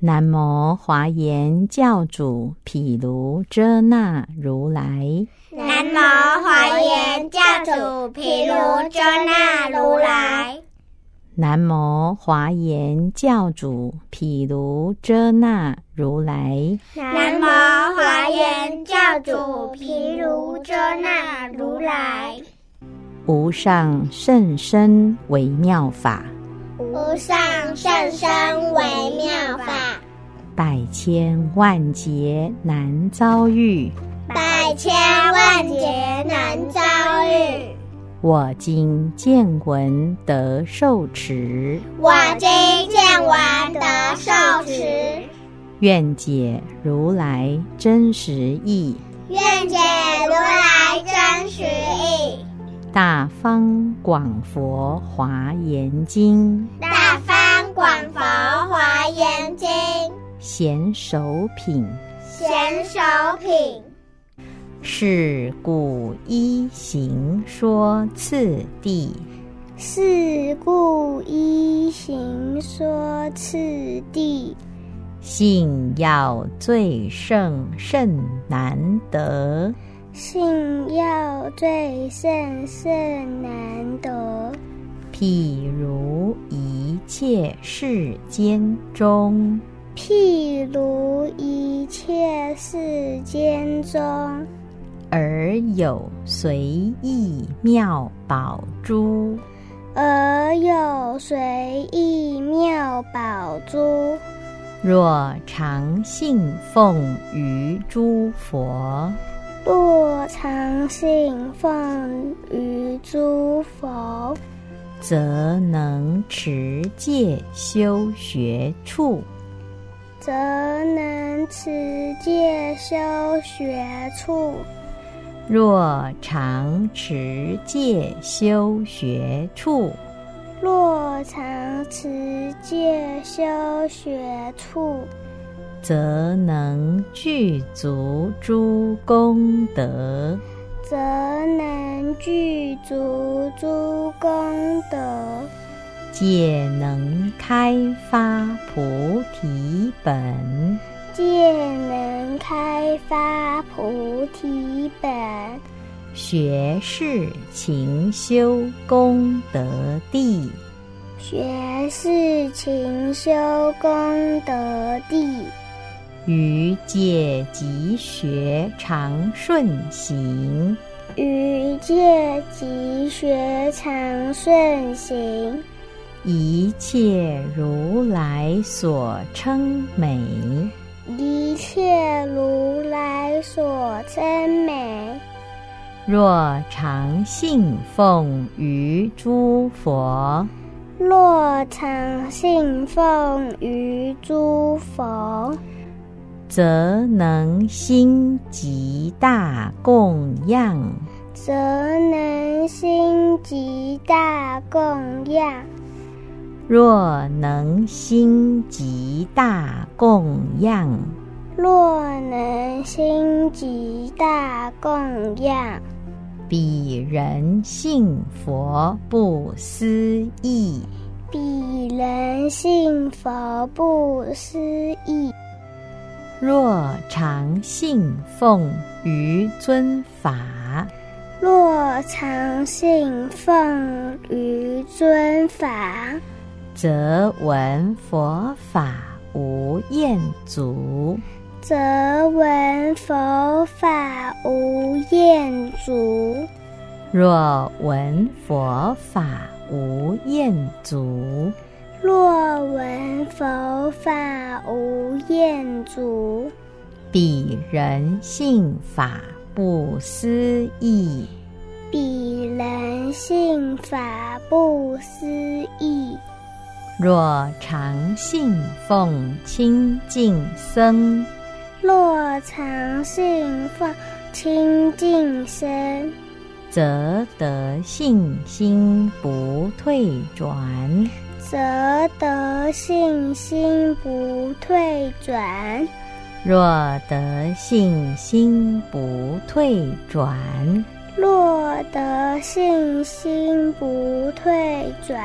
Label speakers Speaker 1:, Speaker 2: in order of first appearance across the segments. Speaker 1: 南无华严教主毗卢遮那如来。
Speaker 2: 南无华严教主毗卢遮那如来。
Speaker 1: 南无华严教主毗卢遮那如来。
Speaker 2: 南无华严教主毗卢遮那如来。
Speaker 1: 无上甚深微妙法，
Speaker 2: 无上甚深微妙法，
Speaker 1: 百千万劫难遭遇。
Speaker 2: 百千万劫难遭遇。
Speaker 1: 我今见闻得受持，
Speaker 2: 我今见闻得受持，
Speaker 1: 愿解如来真实义。
Speaker 2: 愿解如来真实义。
Speaker 1: 大方广佛华严经，
Speaker 2: 大方广佛华严经，
Speaker 1: 贤首品。
Speaker 2: 贤首品。
Speaker 1: 是故一行说次第，
Speaker 3: 是故一行说次第，
Speaker 1: 信要最胜甚难得，
Speaker 3: 信要最甚甚难得。
Speaker 1: 譬如一切世间中，
Speaker 3: 譬如一切世间中，
Speaker 1: 而有随意妙宝珠，
Speaker 3: 而有随意妙宝珠。
Speaker 1: 若常信奉于诸佛，
Speaker 3: 若常信奉于诸佛，
Speaker 1: 则能持戒修学处。
Speaker 3: 则能持戒修学处。
Speaker 1: 若常持戒修学处，
Speaker 3: 若常持戒修学处，
Speaker 1: 则能具足诸功德。
Speaker 3: 则能具足诸功德，
Speaker 1: 戒能开发菩提本，
Speaker 3: 戒能开发菩提本，
Speaker 1: 学是勤修功德地，
Speaker 3: 学是勤修功德地，
Speaker 1: 于戒及学常顺行。
Speaker 3: 于戒即学常顺行。
Speaker 1: 一切如来所称美，
Speaker 3: 一切如来所称美，
Speaker 1: 若常信奉于诸佛，
Speaker 3: 若常信奉于诸佛，
Speaker 1: 则能心极大供养。
Speaker 3: 则能心极大供养。
Speaker 1: 若能心极大供养，
Speaker 3: 若能心极大供养，
Speaker 1: 彼人信佛不思议。
Speaker 3: 彼人信佛不思议。
Speaker 1: 若常信奉于尊法，
Speaker 3: 若常信奉于尊法，
Speaker 1: 则闻佛法无厌足，
Speaker 3: 则闻佛法无厌足。
Speaker 1: 若闻佛法无厌足，
Speaker 3: 若闻佛法无厌足，
Speaker 1: 彼人信法不思议。
Speaker 3: 彼人信法不思议。
Speaker 1: 若常信奉清净僧，
Speaker 3: 若常信奉清净身，
Speaker 1: 则得信心不退转。
Speaker 3: 则得信心不退转。
Speaker 1: 若得信心不退转，
Speaker 3: 若得信心不退转，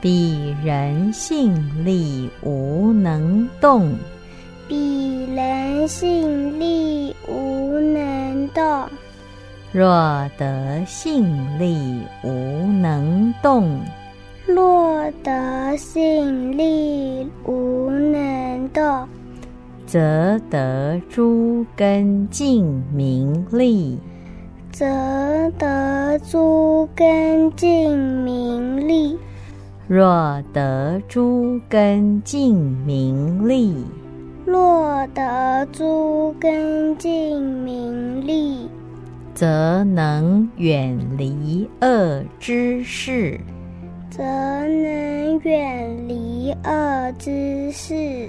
Speaker 1: 彼人性力无能动，
Speaker 3: 彼人性力无能动。
Speaker 1: 若得信力无能动，
Speaker 3: 若得信力无能动，
Speaker 1: 则得诸根净明力。
Speaker 3: 则得诸根净明力。
Speaker 1: 若得诸根净明力，
Speaker 3: 若得诸根净明力，
Speaker 1: 则能远离恶之事。
Speaker 3: 则能远离恶之事。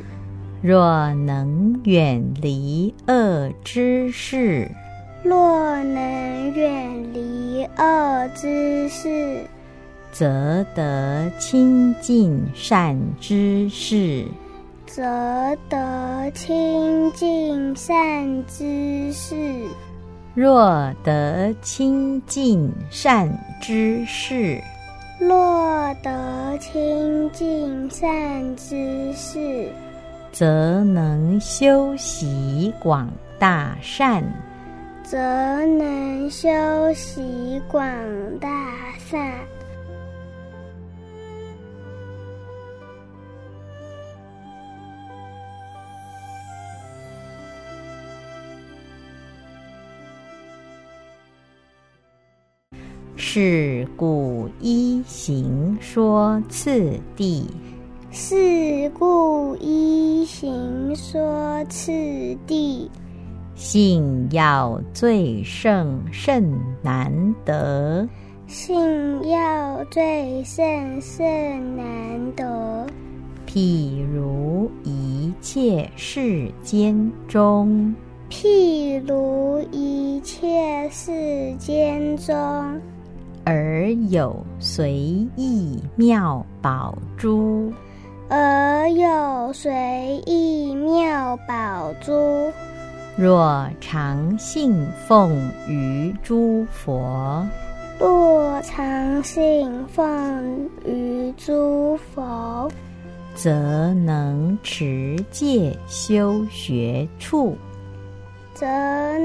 Speaker 1: 若能远离恶之事，
Speaker 3: 若能远离恶之事，
Speaker 1: 则得清净善知识。
Speaker 3: 则得清净善知识。
Speaker 1: 若得清净善知识，
Speaker 3: 若得清净善知识，
Speaker 1: 则能修习广大善。
Speaker 3: 则能修习广大善。
Speaker 1: 是故一行说次第，
Speaker 3: 是故一行说次第，
Speaker 1: 信要最胜甚难得，
Speaker 3: 信要最胜甚难得。
Speaker 1: 譬如一切世间中，
Speaker 3: 譬如一切世间中，
Speaker 1: 而有随意妙宝珠，
Speaker 3: 而有随意妙宝珠。
Speaker 1: 若常信奉于诸佛，
Speaker 3: 若常信奉于诸佛，
Speaker 1: 则能持戒修学处。
Speaker 3: 则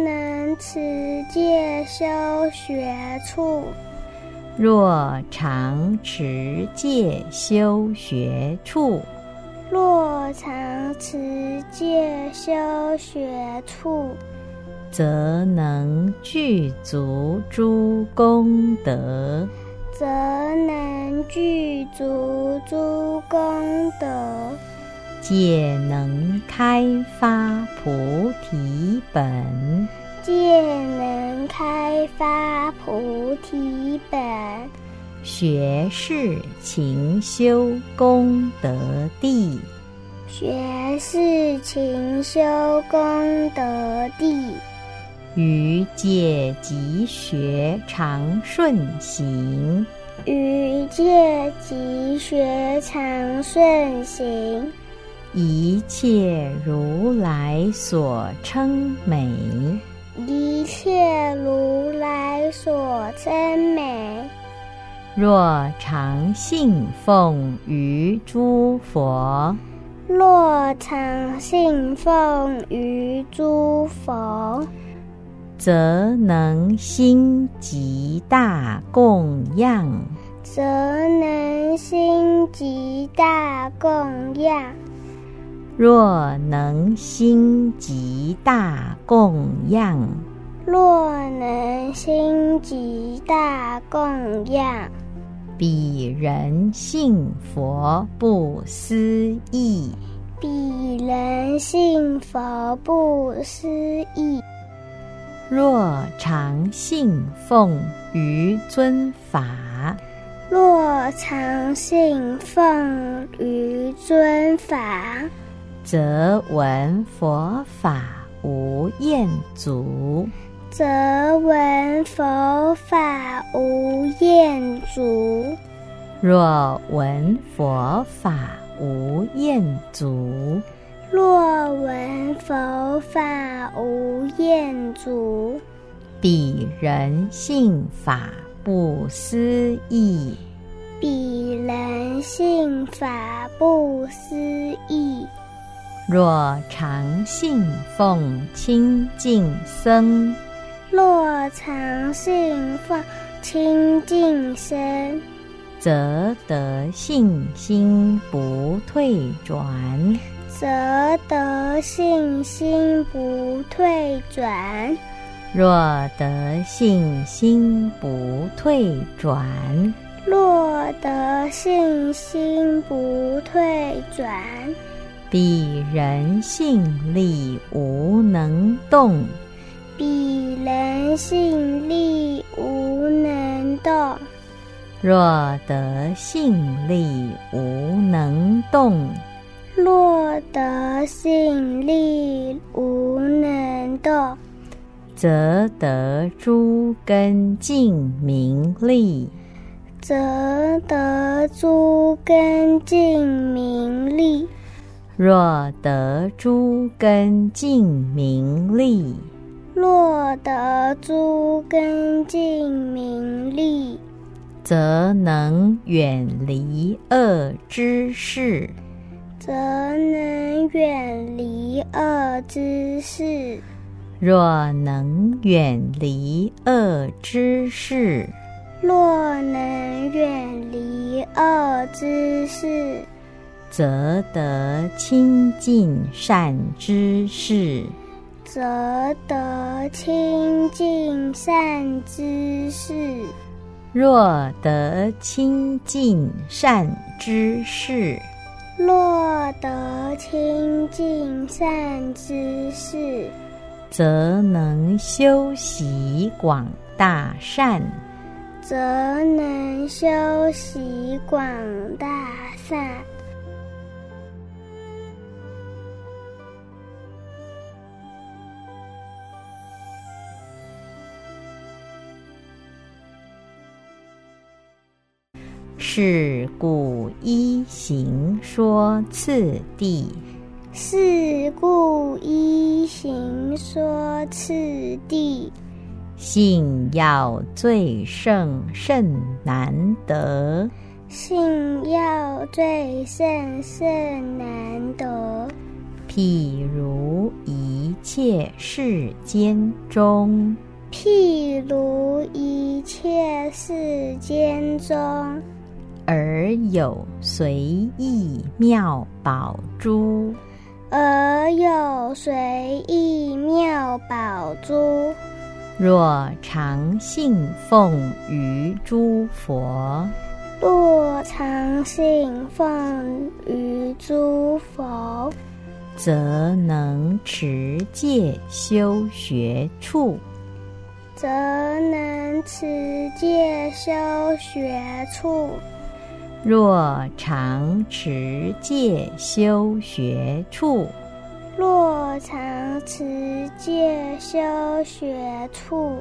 Speaker 3: 能持戒修学处。
Speaker 1: 若常持戒修学处，
Speaker 3: 若常持戒修学处，
Speaker 1: 则能具足诸功德。
Speaker 3: 则能具足诸功德，
Speaker 1: 戒能开发菩提本，
Speaker 3: 戒能开发菩提本，
Speaker 1: 学是勤修功德地。
Speaker 3: 学是勤修功德地，
Speaker 1: 于戒及学常顺行，
Speaker 3: 于戒即学常顺行。
Speaker 1: 一切如来所称美，
Speaker 3: 一切如来所称美，
Speaker 1: 若常信奉于诸佛，
Speaker 3: 若常信奉于诸佛，
Speaker 1: 则能心极大供养。
Speaker 3: 则能心极大供养。
Speaker 1: 若能心极大供养，
Speaker 3: 若能心极大供养，
Speaker 1: 彼人信佛不思议。
Speaker 3: 彼人信佛不思议。
Speaker 1: 若常信奉于尊法，
Speaker 3: 若常信奉于尊法，
Speaker 1: 则闻佛法无厌足，
Speaker 3: 则闻佛法无厌足。
Speaker 1: 若闻佛法无厌足，
Speaker 3: 若闻佛法无厌足，
Speaker 1: 彼人性法不思议。
Speaker 3: 彼人性法不思议。
Speaker 1: 若常信奉清净僧，
Speaker 3: 若常信奉清净身，
Speaker 1: 则得信心不退转。
Speaker 3: 则得信心不退转。
Speaker 1: 若得信心不退转，
Speaker 3: 若得信心不退转，
Speaker 1: 彼人性力无能动，
Speaker 3: 彼人性力无能动。
Speaker 1: 若得性力无能动，
Speaker 3: 若得信力无能动，
Speaker 1: 则得诸根净明力。
Speaker 3: 则得诸根净明力。
Speaker 1: 若得诸根净明力，
Speaker 3: 若得诸根净明力，
Speaker 1: 则能远离恶之事。
Speaker 3: 则能远离恶之事。
Speaker 1: 若能远离恶之事，
Speaker 3: 若能远离恶之事，
Speaker 1: 则得清净善知识。
Speaker 3: 则得清净善知识。
Speaker 1: 若得清净善知识，
Speaker 3: 若得清净善知识，
Speaker 1: 则能修习广大善。
Speaker 3: 则能修习广大善。
Speaker 1: 是故一行说次第，
Speaker 3: 是故一行说次第，
Speaker 1: 信要最胜甚难得，
Speaker 3: 信要最甚甚难得。
Speaker 1: 譬如一切世间中，
Speaker 3: 譬如一切世间中，
Speaker 1: 而有随意妙宝珠，
Speaker 3: 而有随意妙宝珠。
Speaker 1: 若常信奉于诸佛，
Speaker 3: 若常信奉于诸佛，
Speaker 1: 则能持戒修学处。
Speaker 3: 则能持戒修学处。
Speaker 1: 若常持戒修学处，
Speaker 3: 若常持戒修学处，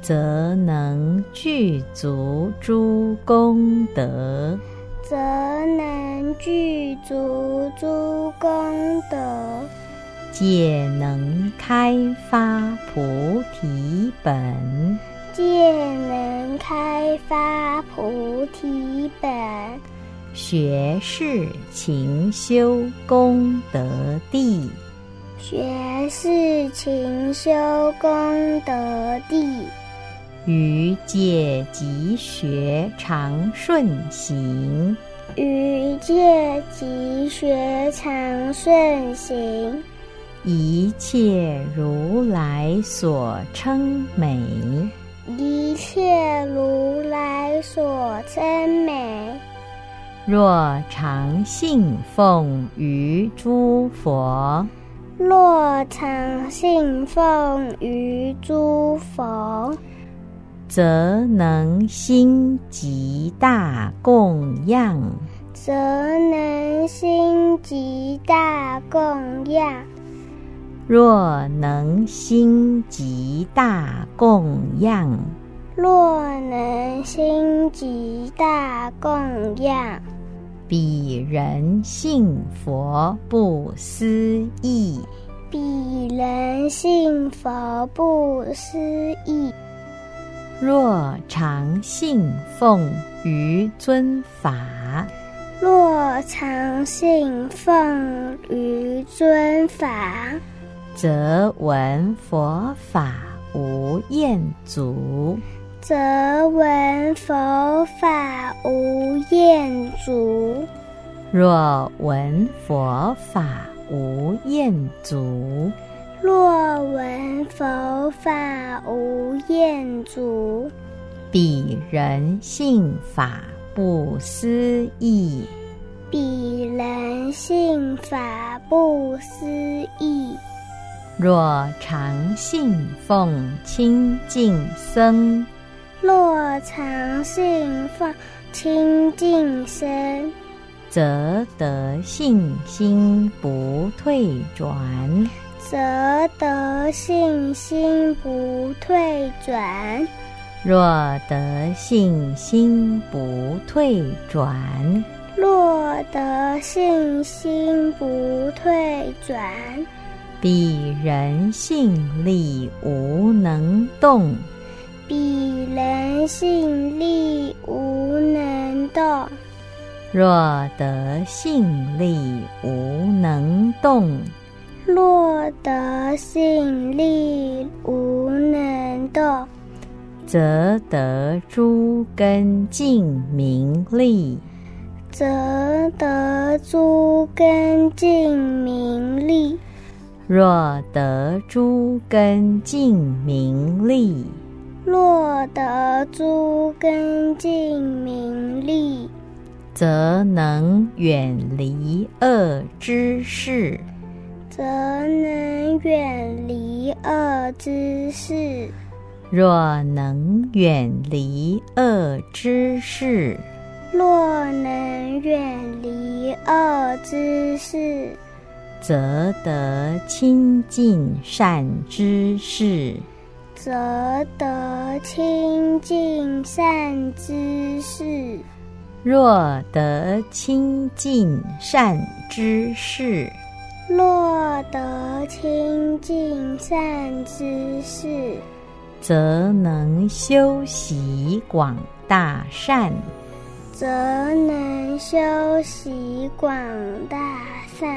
Speaker 1: 则能具足诸功德。
Speaker 3: 则能具足诸功德，
Speaker 1: 戒能开发菩提本，
Speaker 3: 戒能开发菩提本，
Speaker 1: 学是勤修功德地。
Speaker 3: 学是勤修功德地，
Speaker 1: 于戒及学常顺行，
Speaker 3: 于戒即学常顺行。
Speaker 1: 一切如来所称美。
Speaker 3: 一切如来所称美，
Speaker 1: 若常信奉于诸佛，
Speaker 3: 若常信奉于诸佛，
Speaker 1: 则能心极大供养。
Speaker 3: 则能心即大供养。
Speaker 1: 若能心即大供养，
Speaker 3: 若能心即大供养，
Speaker 1: 彼人信佛不思议。
Speaker 3: 彼人信佛不思议。
Speaker 1: 若常信奉于尊法，
Speaker 3: 若常信奉于尊法，
Speaker 1: 则闻佛法无厌足。
Speaker 3: 则闻佛法无厌足。
Speaker 1: 若闻佛法无厌足，
Speaker 3: 若闻佛法无厌足，
Speaker 1: 彼人信法不思议。
Speaker 3: 彼人信法不思议。
Speaker 1: 若常信奉清净僧，
Speaker 3: 若常信奉清净身，
Speaker 1: 则得信心不退转。
Speaker 3: 则得信心不退转。
Speaker 1: 若得信心不退转，
Speaker 3: 若得信心不退转，
Speaker 1: 彼人信力无能动。
Speaker 3: 彼人信力无能动。
Speaker 1: 若得信力无能动，
Speaker 3: 若得信力无能动，
Speaker 1: 则得诸根净明力。
Speaker 3: 则得诸根净明力。
Speaker 1: 若得诸根净明力，
Speaker 3: 若得诸根净明力，
Speaker 1: 则能远离恶之事。
Speaker 3: 则能远离恶之事。
Speaker 1: 若能远离恶之事，
Speaker 3: 若能远离恶之事，
Speaker 1: 则得清净善知识。
Speaker 3: 则得清净善知识。
Speaker 1: 若得清净善知识，
Speaker 3: 若得清净善知识，
Speaker 1: 则能修习广大善。
Speaker 3: 则能修习广大善。